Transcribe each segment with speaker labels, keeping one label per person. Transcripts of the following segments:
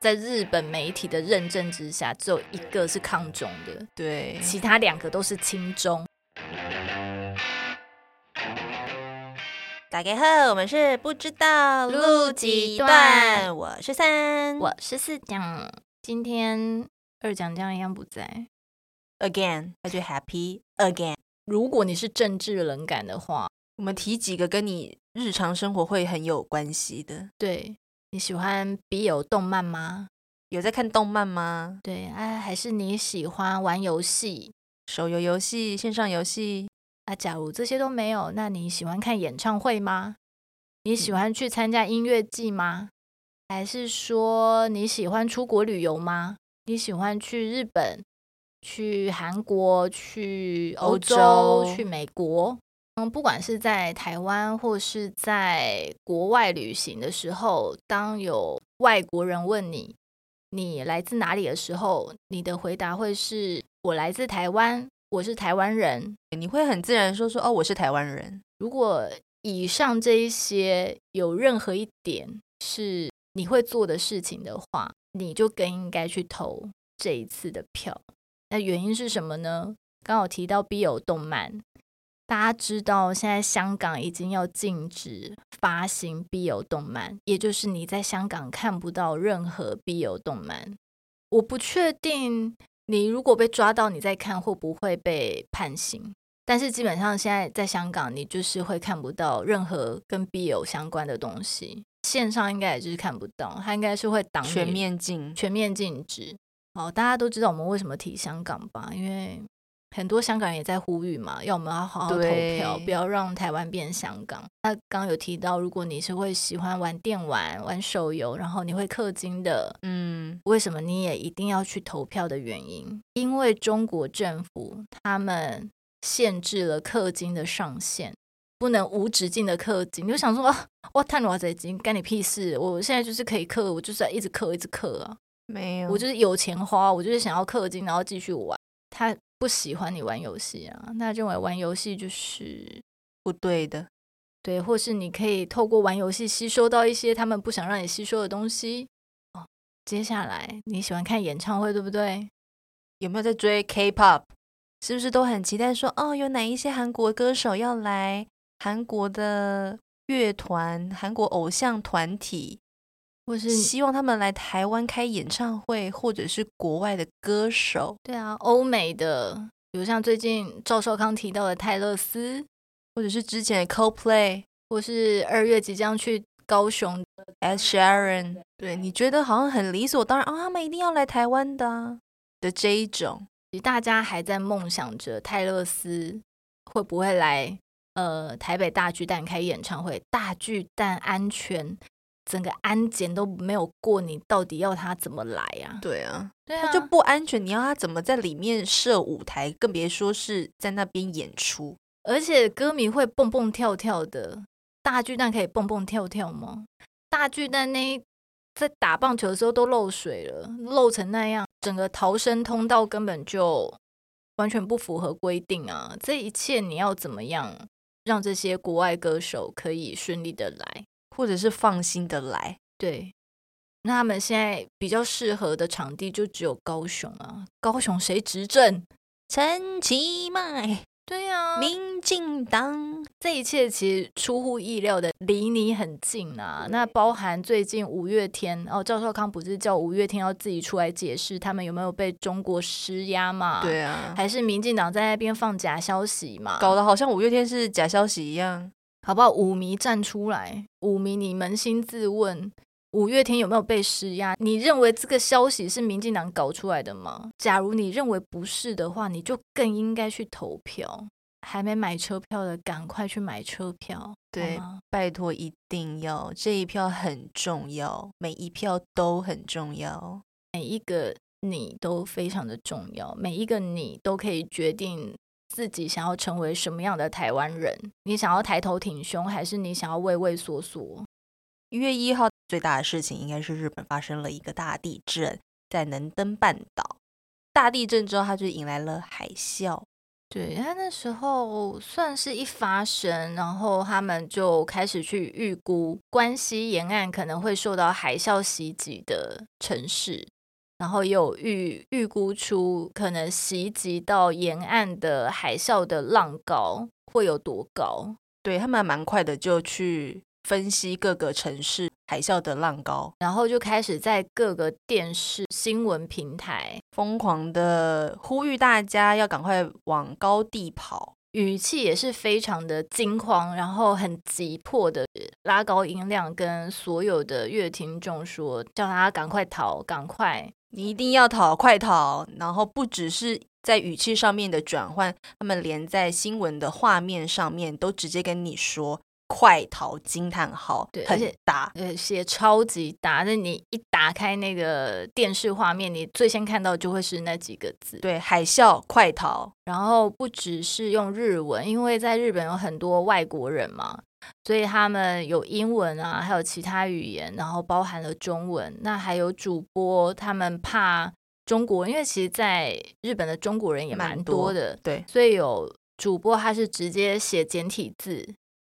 Speaker 1: 在日本媒体的认证之下，只有一个是抗中的，
Speaker 2: 对，
Speaker 1: 其他两个都是亲中。
Speaker 2: 打给后，我们是不知道
Speaker 1: 录几段
Speaker 2: 我是三，
Speaker 1: 我是四讲，今天二讲这样一样不在。
Speaker 2: again，那就 happy again。
Speaker 1: 如果你是政治冷感的话，
Speaker 2: 我们提几个跟你日常生活会很有关系的。
Speaker 1: 对你喜欢 BL 动漫吗？
Speaker 2: 有在看动漫吗？
Speaker 1: 对，哎、还是你喜欢玩游戏？
Speaker 2: 手游游戏、线上游戏，
Speaker 1: 啊，假如这些都没有，那你喜欢看演唱会吗？你喜欢去参加音乐季吗？还是说你喜欢出国旅游吗？你喜欢去日本、去韩国、去欧
Speaker 2: 欧
Speaker 1: 洲、
Speaker 2: 洲
Speaker 1: 去美国？嗯，不管是在台湾或是在国外旅行的时候，当有外国人问你你来自哪里的时候，你的回答会是“我来自台湾，我是台湾人”，
Speaker 2: 你会很自然说说哦，我是台湾人。
Speaker 1: 如果以上这一些有任何一点是你会做的事情的话，你就更应该去投这一次的票。那原因是什么呢？刚好提到 BL 动漫，大家知道现在香港已经要禁止发行 BL 动漫，也就是你在香港看不到任何 BL 动漫。我不确定你如果被抓到你再看会不会被判刑，但是基本上现在在香港，你就是会看不到任何跟 BL 相关的东西，线上应该也就是看不到，它应该是会挡你
Speaker 2: 全面镜，
Speaker 1: 全面禁止。好，大家都知道我们为什么提香港吧？因为很多香港人也在呼吁嘛，要我们要好好投票，
Speaker 2: 对
Speaker 1: 不要让台湾变香港。那刚刚有提到，如果你是会喜欢玩电玩、玩手游，然后你会氪金的，
Speaker 2: 嗯，
Speaker 1: 为什么你也一定要去投票的原因，因为中国政府他们限制了氪金的上限，不能无止境的氪金。你就想说，啊、我探我贼金，干你屁事！我现在就是可以氪，我就是要一直氪，一直氪啊！
Speaker 2: 没有，
Speaker 1: 我就是有钱花，我就是想要氪金，然后继续玩。他不喜欢你玩游戏啊，他认为玩游戏就是
Speaker 2: 不对的。
Speaker 1: 对，或是你可以透过玩游戏吸收到一些他们不想让你吸收的东西。哦，接下来你喜欢看演唱会，对不对？
Speaker 2: 有没有在追 K-pop？是不是都很期待说哦，有哪一些韩国歌手要来韩国的乐团、韩国偶像团体，
Speaker 1: 或是
Speaker 2: 希望他们来台湾开演唱会，或者是国外的歌手，
Speaker 1: 对啊，欧美的，比如像最近赵少康提到的泰勒斯，
Speaker 2: 或者是之前的 Coldplay、
Speaker 1: 或是二月即将去高雄，
Speaker 2: Ed Sheeran，对你觉得好像很理所当然啊、他们一定要来台湾的啊的这一种，
Speaker 1: 大家还在梦想着泰勒斯会不会来呃台北大巨蛋开演唱会？大巨蛋安全，整个安检都没有过，你到底要他怎么来啊？
Speaker 2: 对啊，
Speaker 1: 对啊
Speaker 2: 他就不安全，你要他怎么在里面设舞台，更别说是在那边演出。
Speaker 1: 而且歌迷会蹦蹦跳跳的，大巨蛋可以蹦蹦跳跳吗？大巨蛋那一在打棒球的时候都漏水了，漏成那样，整个逃生通道根本就完全不符合规定啊！这一切你要怎么样让这些国外歌手可以顺利的来？
Speaker 2: 或者是放心的来。
Speaker 1: 对，那他们现在比较适合的场地就只有高雄啊，高雄谁执政？
Speaker 2: 陈其迈，
Speaker 1: 对呀、啊，
Speaker 2: 民进党，
Speaker 1: 这一切其实出乎意料的离你很近啊。那包含最近五月天哦，赵少康不是叫五月天要自己出来解释他们有没有被中国施压嘛？，
Speaker 2: 啊，
Speaker 1: 还是民进党在那边放假消息嘛？
Speaker 2: 搞得好像五月天是假消息一样。
Speaker 1: 好不好？五迷站出来，五迷你扪心自问。五月天有没有被施压？你认为这个消息是民进党搞出来的吗？假如你认为不是的话，你就更应该去投票。还没买车票的，赶快去买车票，好
Speaker 2: 对
Speaker 1: 吗
Speaker 2: 拜托，一定要这一票很重要，每一票都很重要。
Speaker 1: 每一个你都非常的重要，每一个你都可以决定自己想要成为什么样的台湾人。你想要抬头挺胸，还是你想要畏畏缩缩？
Speaker 2: 一月一号最大的事情应该是日本发生了一个大地震，在能登半岛。大地震之后，它就引来了海啸。
Speaker 1: 对，他那时候算是一发生，然后他们就开始去预估关西沿岸可能会受到海啸袭击的城市，然后也有预预估出可能袭击到沿岸的海啸的浪高会有多高。
Speaker 2: 对他们还蛮快的就去分析各个城市海啸的浪高，
Speaker 1: 然后就开始在各个电视新闻平台，
Speaker 2: 疯狂的呼吁大家要赶快往高地跑。
Speaker 1: 语气也是非常的惊慌，然后很急迫的拉高音量，跟所有的乐听众说，叫大家赶快逃，赶快。
Speaker 2: 你一定要逃，快逃！然后不只是在语气上面的转换，他们连在新闻的画面上面都直接跟你说“快逃”惊叹号，
Speaker 1: 对而
Speaker 2: 很
Speaker 1: 且
Speaker 2: 大。
Speaker 1: 呃，写超级大，那你一打开那个电视画面，你最先看到就会是那几个字。
Speaker 2: 对，海啸，快逃！
Speaker 1: 然后不只是用日文，因为在日本有很多外国人嘛，所以他们有英文啊，还有其他语言，然后包含了中文。那还有主播，他们怕中国人，因为其实在日本的中国人也蛮
Speaker 2: 蛮
Speaker 1: 多
Speaker 2: 多
Speaker 1: 的，
Speaker 2: 对，
Speaker 1: 所以有主播他是直接写简体字，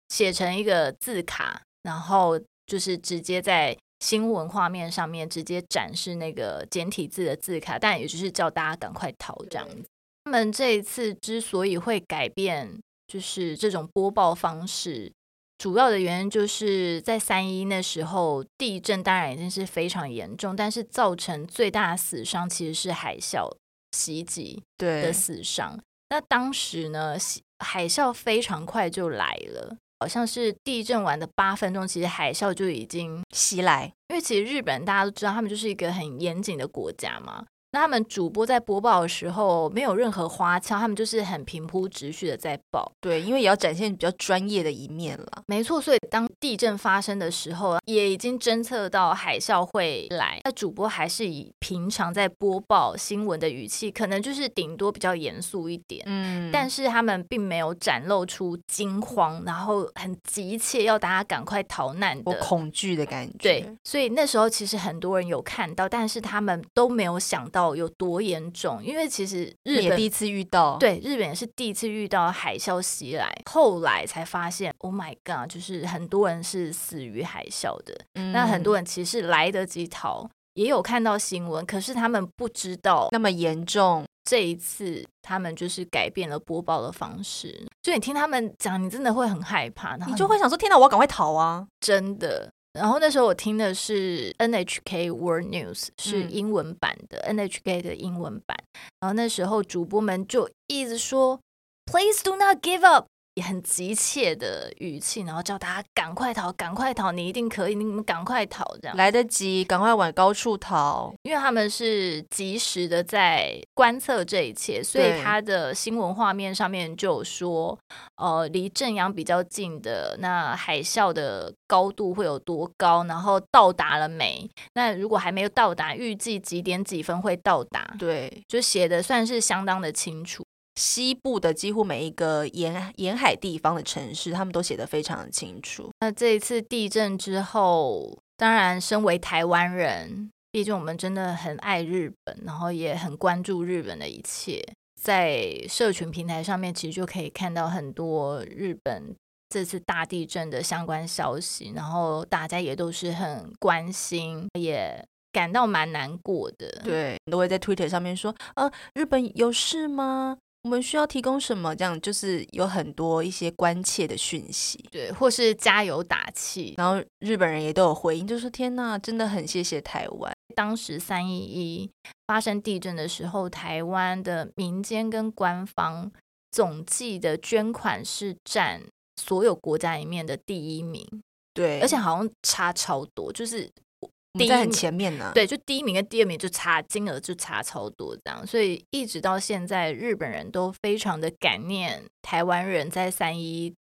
Speaker 1: 写成一个字卡，然后就是直接在新闻画面上面直接展示那个简体字的字卡，但也就是叫大家赶快逃这样子。他们这一次之所以会改变，就是这种播报方式。主要的原因就是在三一那时候，地震当然已经是非常严重，但是造成最大的死伤其实是海啸袭击。的
Speaker 2: 对，
Speaker 1: 死伤。那当时呢，西海啸非常快就来了，好像是地震完的八分钟，其实海啸就已经，
Speaker 2: 袭来，
Speaker 1: 因为其实日本大家都知道，他们就是一个很严谨的国家嘛。那他们主播在播报的时候没有任何花俏，他们就是很平铺直叙的在报。
Speaker 2: 对，因为也要展现比较专业的一面了。
Speaker 1: 没错，所以当地震发生的时候，也已经侦测到海啸会来。那主播还是以平常在播报新闻的语气，可能就是顶多比较严肃一点。
Speaker 2: 嗯
Speaker 1: 但是他们并没有展露出惊慌，然后很急切要大家赶快逃难
Speaker 2: 我
Speaker 1: 的。
Speaker 2: 恐惧的感觉，
Speaker 1: 对，所以那时候其实很多人有看到，但是他们都没有想到有多严重，因为其实日
Speaker 2: 也第
Speaker 1: 本
Speaker 2: 一次遇到，，
Speaker 1: 对日本也是第一次遇到海啸袭来，后来才发现，Oh my god，就是很多人是死于海啸的。
Speaker 2: 嗯
Speaker 1: 那很多人其实来得及逃，也有看到新闻，可是他们不知道
Speaker 2: 那么严重，
Speaker 1: 这一次他们就是改变了播报的方式，就你听他们讲，你真的会很害怕，然后
Speaker 2: 你就会想说：天哪，我要赶快逃啊！
Speaker 1: 真的。然后那时候我听的是 NHK World News，是
Speaker 2: 嗯
Speaker 1: 英文版的、NHK 的英文版。然后那时候主播们就一直说，Please do not give up，也很急切的语气，然后叫大家赶快逃，赶快逃，你一定可以，你们赶快逃这样。
Speaker 2: 来得及，赶快往高处逃。
Speaker 1: 因为他们是及时的在观测这一切，所以
Speaker 2: 对
Speaker 1: 他的新闻画面上面就有说，呃，离正阳比较近的那海啸的高度会有多高，然后到达了没？那如果还没有到达，预计几点几分会到达？
Speaker 2: 对，
Speaker 1: 就写的算是相当的清楚。
Speaker 2: 西部的几乎每一个沿沿海地方的城市，他们都写得非常的清楚。
Speaker 1: 那这一次地震之后，当然身为台湾人，毕竟我们真的很爱日本，然后也很关注日本的一切，在社群平台上面，其实就可以看到很多日本这次大地震的相关消息，然后大家也都是很关心，也感到蛮难过的。
Speaker 2: 对，都会在 Twitter 上面说：“呃，日本有事吗？我们需要提供什么？”这样就是有很多一些关切的讯息。
Speaker 1: 对，或是加油打气，
Speaker 2: 然后日本人也都有回应，就说：“天呐，真的很谢谢台湾。
Speaker 1: 当时三一一发生地震的时候，台湾的民间跟官方总计的捐款是占所有国家里面的第一名，”
Speaker 2: 对，
Speaker 1: 而且好像差超多，就是
Speaker 2: 我
Speaker 1: 第
Speaker 2: 们
Speaker 1: 一
Speaker 2: 在很
Speaker 1: 名
Speaker 2: 前面呢。，
Speaker 1: 对，就第一名跟第二名就差金额就差超多这样，所以一直到现在，日本人都非常的感念台湾人在三一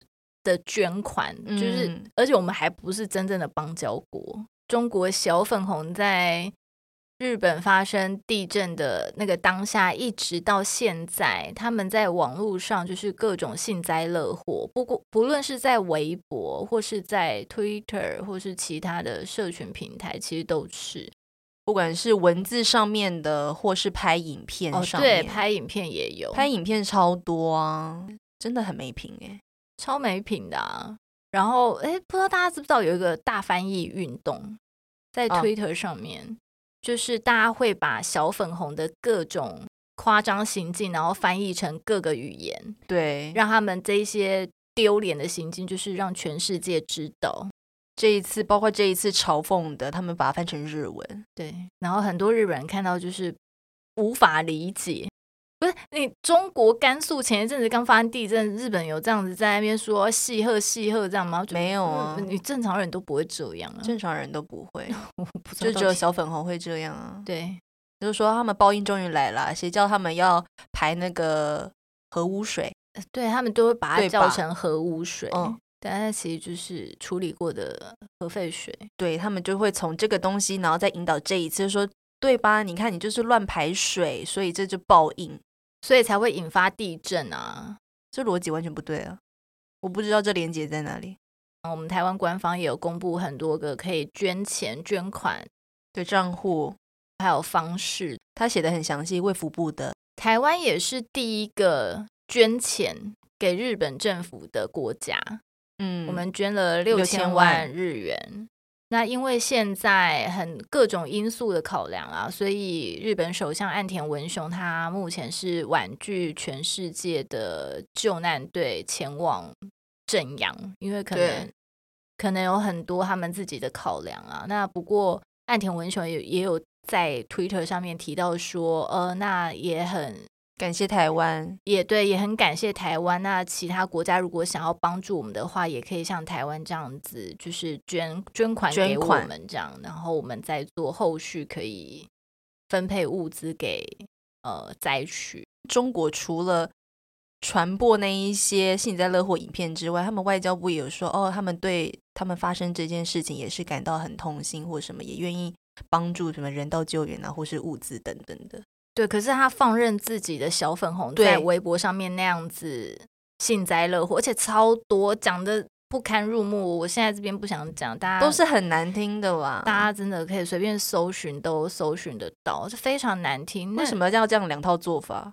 Speaker 1: 的捐款，就是、
Speaker 2: 嗯
Speaker 1: 而且我们还不是真正的邦交国，中国小粉红在。日本发生地震的那个当下，一直到现在，他们在网络上就是各种幸灾乐祸。不过，不论是在微博，或是在 Twitter，或是其他的社群平台，其实都是。
Speaker 2: 不管是文字上面的，或是拍影片
Speaker 1: 哦，
Speaker 2: 上面，
Speaker 1: 对，拍哦影片也有，
Speaker 2: 拍影片超多啊，真的很没品哎、
Speaker 1: 超没品的、啊。然后，哎，不知道大家知不知道有一个大翻译运动，在
Speaker 2: 啊
Speaker 1: Twitter 上面，就是大家会把小粉红的各种夸张行径，然后翻译成各个语言，
Speaker 2: 对，
Speaker 1: 让他们这一些丢脸的行径，就是让全世界知道。
Speaker 2: 这一次包括这一次嘲讽的，他们把它翻成日文，
Speaker 1: 对，然后很多日本人看到就是无法理解，不是你中国甘肃前一阵子刚发生地震，日本有这样子在那边说戏鹤戏鹤这样吗？我就
Speaker 2: 没有啊
Speaker 1: 嗯你正常人都不会这样啊，
Speaker 2: 正常人都不 会，
Speaker 1: 我不知
Speaker 2: 就
Speaker 1: 道
Speaker 2: 只有
Speaker 1: 到底
Speaker 2: 小粉红会这样啊。
Speaker 1: 对
Speaker 2: 就是说他们报应终于来了，谁叫他们要排那个核污水？
Speaker 1: 对，他们都会把它
Speaker 2: 对
Speaker 1: 叫
Speaker 2: 吧
Speaker 1: 成核污水，
Speaker 2: 嗯
Speaker 1: 但它其实就是处理过的核废水。
Speaker 2: 对他们就会从这个东西，然后再引导这一次就说，对吧？你看你就是乱排水，所以这就报应，
Speaker 1: 所以才会引发地震啊！
Speaker 2: 这逻辑完全不对啊！我不知道这连接在哪里。
Speaker 1: 啊我们台湾官方也有公布很多个可以捐钱、捐款，
Speaker 2: 对账户，
Speaker 1: 还有方式
Speaker 2: 他写的很详细，卫福部的，
Speaker 1: 台湾也是第一个捐钱给日本政府的国家，
Speaker 2: 嗯
Speaker 1: 我们捐了六千万日元。那因为现在很各种因素的考量啊，所以日本首相岸田文雄他目前是婉拒全世界的救难队前往正阳，因为可能
Speaker 2: 对
Speaker 1: 可能有很多他们自己的考量啊。那不过岸田文雄也也有在 Twitter 上面提到说，呃，那也很
Speaker 2: 感谢台湾，
Speaker 1: 也对，也很感谢台湾。那其他国家如果想要帮助我们的话，也可以像台湾这样子，就是捐捐款
Speaker 2: 捐
Speaker 1: 给我
Speaker 2: 款
Speaker 1: 们这样，然后我们再做后续可以分配物资给呃灾区。
Speaker 2: 中国除了传播那一些幸灾乐祸影片之外，他们外交部也有说，哦，他们对他们发生这件事情也是感到很痛心，或什么也愿意帮助什么人道救援啊，或是物资等等的。
Speaker 1: 对，可是他放任自己的小粉红
Speaker 2: 对
Speaker 1: 在微博上面那样子幸灾乐祸，而且超多讲的不堪入目。我现在这边不想讲，大家
Speaker 2: 都是很难听的啦。
Speaker 1: 大家真的可以随便搜寻都搜寻得到，这非常难听。
Speaker 2: 为什
Speaker 1: 么？
Speaker 2: 么要这样两套做法？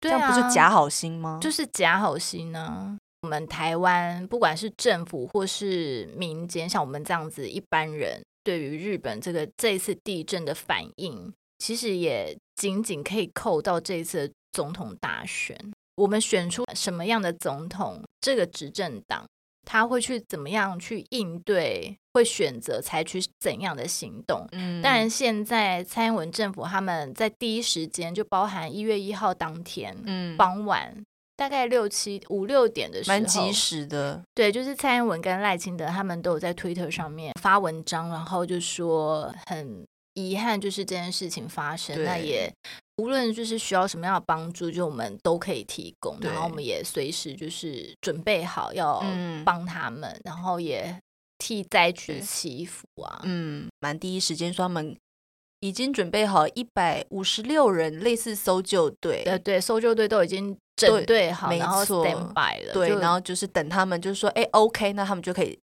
Speaker 1: 对
Speaker 2: 这样不
Speaker 1: 啊
Speaker 2: 是假好心吗？
Speaker 1: 就是假好心呢、我们台湾不管是政府或是民间，像我们这样子一般人，对于日本这个这一次地震的反应，其实也仅仅可以扣到这一次的总统大选。我们选出什么样的总统，这个执政党他会去怎么样去应对，会选择采取怎样的行动。
Speaker 2: 嗯
Speaker 1: 当然，现在蔡英文政府他们在第一时间，就包含一月一号当天，
Speaker 2: 嗯，
Speaker 1: 傍晚大概六七五六点的时候，
Speaker 2: 蛮及时的。
Speaker 1: 对，就是蔡英文跟赖清德他们都有在 Twitter 上面发文章，然后就说很遗憾，就是这件事情发生，
Speaker 2: 对
Speaker 1: 那也无论就是需要什么样的帮助，就我们都可以提供，
Speaker 2: 对
Speaker 1: 然后我们也随时就是准备好要
Speaker 2: 嗯
Speaker 1: 帮他们，然后也替灾区
Speaker 2: 对
Speaker 1: 祈福啊，
Speaker 2: 嗯，蛮第一时间说他们已经准备好一百五十六人类似搜救队，
Speaker 1: 对呃对，搜救队都已经整
Speaker 2: 对
Speaker 1: 队好，
Speaker 2: 没
Speaker 1: 然后
Speaker 2: 错
Speaker 1: stand by 了，
Speaker 2: 对，
Speaker 1: 就
Speaker 2: 然后就是等他们，就是说，哎，OK，那他们就可以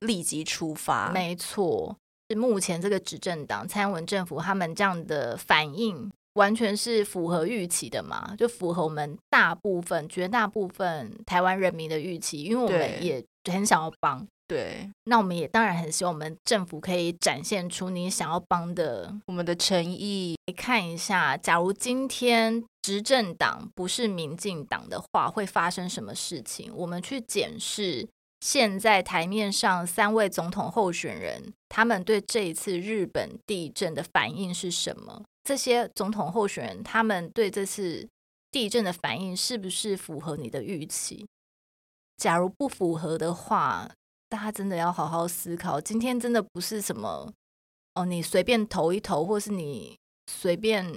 Speaker 2: 立即出发。
Speaker 1: 没错，是目前这个执政党蔡英文政府他们这样的反应，完全是符合预期的嘛，就符合我们大部分、绝大部分台湾人民的预期，因为我
Speaker 2: 对
Speaker 1: 们也很想要帮。
Speaker 2: 对，
Speaker 1: 那我们也当然很希望我们政府可以展现出你想要帮的。
Speaker 2: 我们的诚意，
Speaker 1: 来看一下，假如今天执政党不是民进党的话，会发生什么事情？我们去检视现在台面上三位总统候选人，他们对这一次日本地震的反应是什么？这些总统候选人，他们对这次地震的反应是不是符合你的预期？假如不符合的话，大家真的要好好思考。今天真的不是什么哦，你随便投一投，或是你随便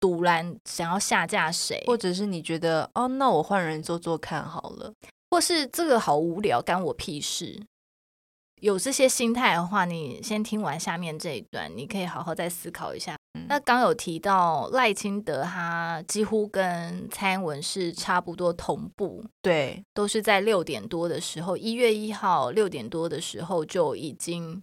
Speaker 1: 独揽想要下架谁，
Speaker 2: 或者是你觉得，哦，那我换人做做看好了。
Speaker 1: 或是这个好无聊，干我屁事。有这些心态的话，你先听完下面这一段，你可以好好再思考一下。
Speaker 2: 嗯
Speaker 1: 那刚有提到赖清德，他几乎跟蔡英文是差不多同步，
Speaker 2: 对，
Speaker 1: 都是在六点多的时候，一月一号六点多的时候就已经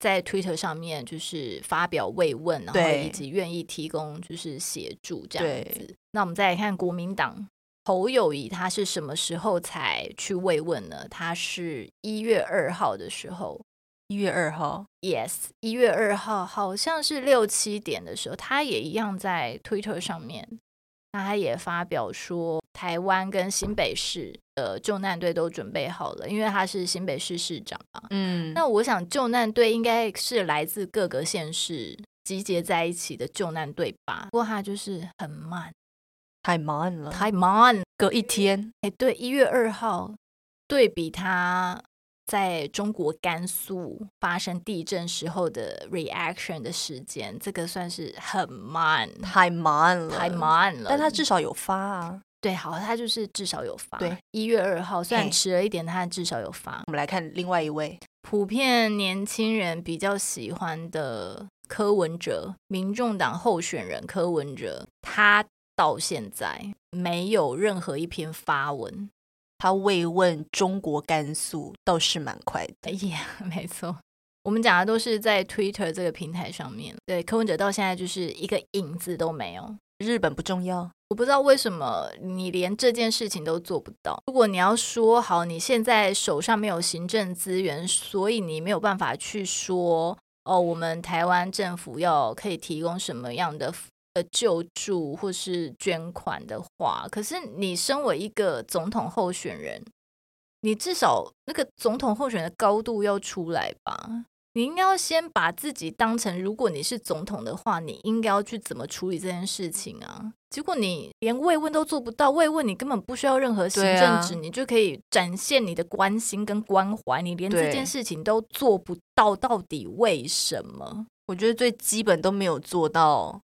Speaker 1: 在 Twitter 上面就是发表慰问，然后
Speaker 2: 对
Speaker 1: 以及愿意提供就是协助这样
Speaker 2: 对
Speaker 1: 子。那我们再来看国民党侯友谊，他是什么时候才去慰问呢？他是一月二号的时候
Speaker 2: 一月二号，
Speaker 1: ，yes，一月二号好像是六七点的时候，他也一样在 Twitter 上面，那他也发表说，台湾跟新北市的救难队都准备好了，因为他是新北市市长嘛，
Speaker 2: 嗯，
Speaker 1: 那我想救难队应该是来自各个县市集结在一起的救难队吧？不过它就是很慢，
Speaker 2: 太慢了，
Speaker 1: 太慢了。
Speaker 2: 隔一天，
Speaker 1: 哎，对，一月二号，对比它在中国甘肃发生地震时候的 reaction 的时间，这个算是很慢，
Speaker 2: 太慢了，
Speaker 1: 太。慢了。嗯
Speaker 2: 但他至少有发啊。
Speaker 1: 对好，它就是至少有发。
Speaker 2: 对，
Speaker 1: 一月二号虽然
Speaker 2: 嘿
Speaker 1: 迟了一点，它至少有发。
Speaker 2: 我们来看另外一位，
Speaker 1: 普遍年轻人比较喜欢的柯文哲，民众党候选人柯文哲，他到现在没有任何一篇发文。
Speaker 2: 他慰问中国甘肃，倒是蛮快
Speaker 1: 哎
Speaker 2: 的。
Speaker 1: 呀， 没错，我们讲的都是在 Twitter 这个平台上面。对，柯文哲到现在就是一个影子都没有。
Speaker 2: 日本不重要，
Speaker 1: 我不知道为什么你连这件事情都做不到。如果你要说好，你现在手上没有行政资源，所以你没有办法去说哦，我们台湾政府要可以提供什么样的呃救助或是捐款的话，可是你身为一个总统候选人，你至少那个总统候选人的高度要出来吧。你应该要先把自己当成，如果你是总统的话，你应该要去怎么处理这件事情啊？结果你连慰问都做不到，慰问你根本不需要任何行
Speaker 2: 对
Speaker 1: 政
Speaker 2: 啊
Speaker 1: 职，你就可以展现你的关心跟关怀，你连这
Speaker 2: 对
Speaker 1: 件事情都做不到，到底为什么？
Speaker 2: 我觉得最基本都没有做到，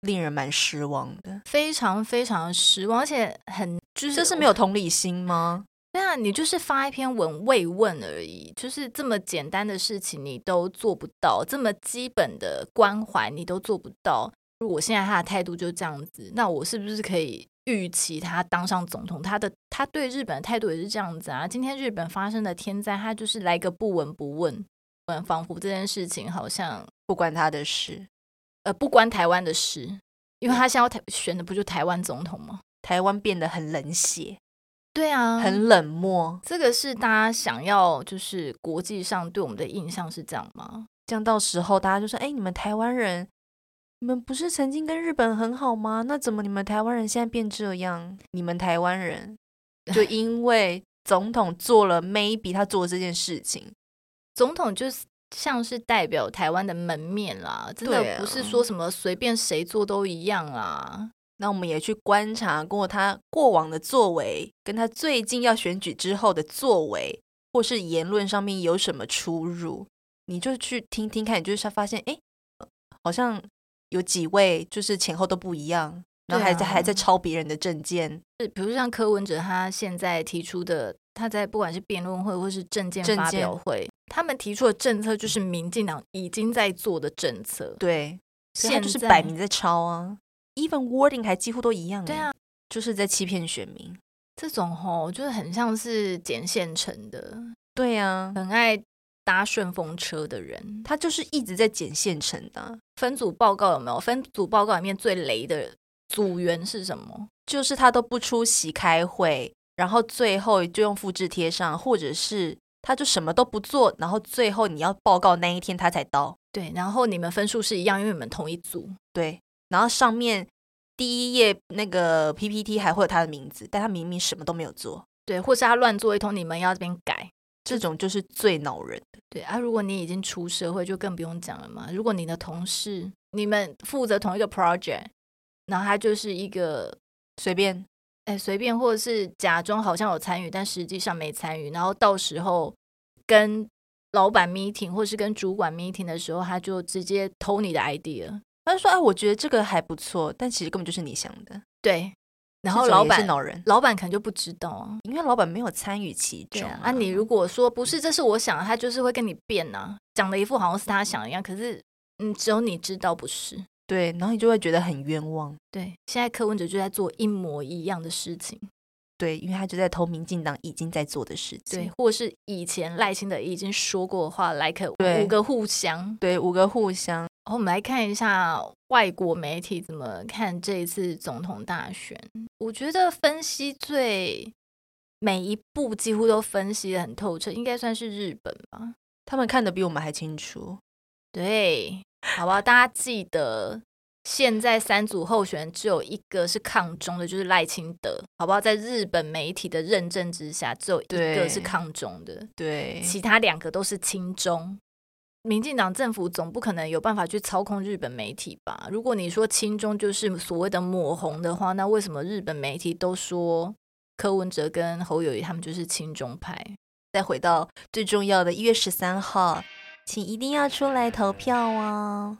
Speaker 2: 令人蛮失望的。
Speaker 1: 非常非常失望，而且很就是
Speaker 2: 这是没有同理心吗？
Speaker 1: 对啊，你就是发一篇文慰问而已，就是这么简单的事情你都做不到，这么基本的关怀你都做不到。如果现在他的态度就这样子，那我是不是可以预期他当上总统？他的他对日本的态度也是这样子啊。今天日本发生的天灾，他就是来个不闻不问，嗯，仿佛这件事情好像
Speaker 2: 不关他的事。
Speaker 1: 呃不关台湾的事，因为他现在要台选的不就台湾总统吗？
Speaker 2: 台湾变得很冷血，
Speaker 1: 对啊，
Speaker 2: 很冷漠，
Speaker 1: 这个是大家想要，就是国际上对我们的印象是这样吗？
Speaker 2: 这样到时候大家就说：“哎，你们台湾人，你们不是曾经跟日本很好吗？那怎么你们台湾人现在变这样？你们台湾人就因为总统做了 maybe 他做这件事情，
Speaker 1: 总统就是像是代表台湾的门面啦，真
Speaker 2: 对
Speaker 1: 的
Speaker 2: 啊
Speaker 1: 不是说什么随便谁做都一样啊啦。
Speaker 2: 那我们也去观察过他过往的作为，跟他最近要选举之后的作为，或是言论上面有什么出入，你就去听听看，你就是发现，哎，呃好像有几位就是前后都不一样，然后还在、
Speaker 1: 对啊
Speaker 2: 还在抄别人的证件、
Speaker 1: 是，比如像柯文哲他现在提出的，他在不管是辩论会或是政见
Speaker 2: 政
Speaker 1: 发
Speaker 2: 见
Speaker 1: 表会，他们提出的政策就是民进党已经在做的政策。
Speaker 2: 对，所以他
Speaker 1: 现
Speaker 2: 就是
Speaker 1: 在
Speaker 2: 摆明在抄啊，even wording 还几乎都一样，欸
Speaker 1: 对啊，，
Speaker 2: 就是在欺骗选民，
Speaker 1: 这种吼就是很像是捡现成的，
Speaker 2: 对啊，
Speaker 1: 很爱搭顺风车的人。
Speaker 2: 他就是一直在捡现成的啊、
Speaker 1: 分组报告有没有？分组报告里面最雷的组员是什么？
Speaker 2: 就是他都不出席开会，然后最后就用复制贴上，或者是他就什么都不做，然后最后你要报告那一天他才到。
Speaker 1: 对，然后你们分数是一样，因为你们同一组。
Speaker 2: 对，然后上面第一页那个 PPT 还会有他的名字，但他明明什么都没有做，
Speaker 1: 对，或是他乱做一通，你们要这边改。
Speaker 2: 这种就是最恼人的。
Speaker 1: 对啊，如果你已经出社会，就更不用讲了嘛。如果你的同事，你们负责同一个 project，然后他就是一个
Speaker 2: 随便
Speaker 1: 哎随便，或者是假装好像有参与，但实际上没参与，然后到时候跟老板 meeting 或是跟主管 meeting 的时候，他就直接偷你的 idea。
Speaker 2: 他就说：“哎，我觉得这个还不错，但其实根本就是你想的。
Speaker 1: 对，”然后
Speaker 2: 这种
Speaker 1: 老
Speaker 2: 也
Speaker 1: 板
Speaker 2: 是恼人，
Speaker 1: 老板可能就不知道啊。
Speaker 2: 因为老板没有参与其
Speaker 1: 对
Speaker 2: 中
Speaker 1: 啊，啊你如果说不是，这是我想的，他就是会跟你辩呐、啊，讲的一副好像是他想的一样，可是嗯，只有你知道不是。
Speaker 2: 对，然后你就会觉得很冤枉。
Speaker 1: 对，现在柯文哲就在做一模一样的事情，
Speaker 2: 对，因为他就在偷民进党已经在做的事情。
Speaker 1: 对，或是以前赖清德已经说过的话来可
Speaker 2: 对
Speaker 1: 五个互相。
Speaker 2: 对，五个互相
Speaker 1: 然后我们来看一下外国媒体怎么看这一次总统大选。我觉得分析最每一步几乎都分析的很透彻，应该算是日本吧？
Speaker 2: 他们看得比我们还清楚。
Speaker 1: 对，好不好？大家记得。现在三组候选人只有一个是抗中的，就是赖清德，好不好？在日本媒体的认证之下，只有一个
Speaker 2: 对
Speaker 1: 是抗中的，
Speaker 2: 对
Speaker 1: 其他两个都是亲中。民进党政府总不可能有办法去操控日本媒体吧？如果你说亲中就是所谓的抹红的话，那为什么日本媒体都说柯文哲跟侯友谊他们就是亲中派？
Speaker 2: 再回到最重要的一月十三号，请一定要出来投票哦。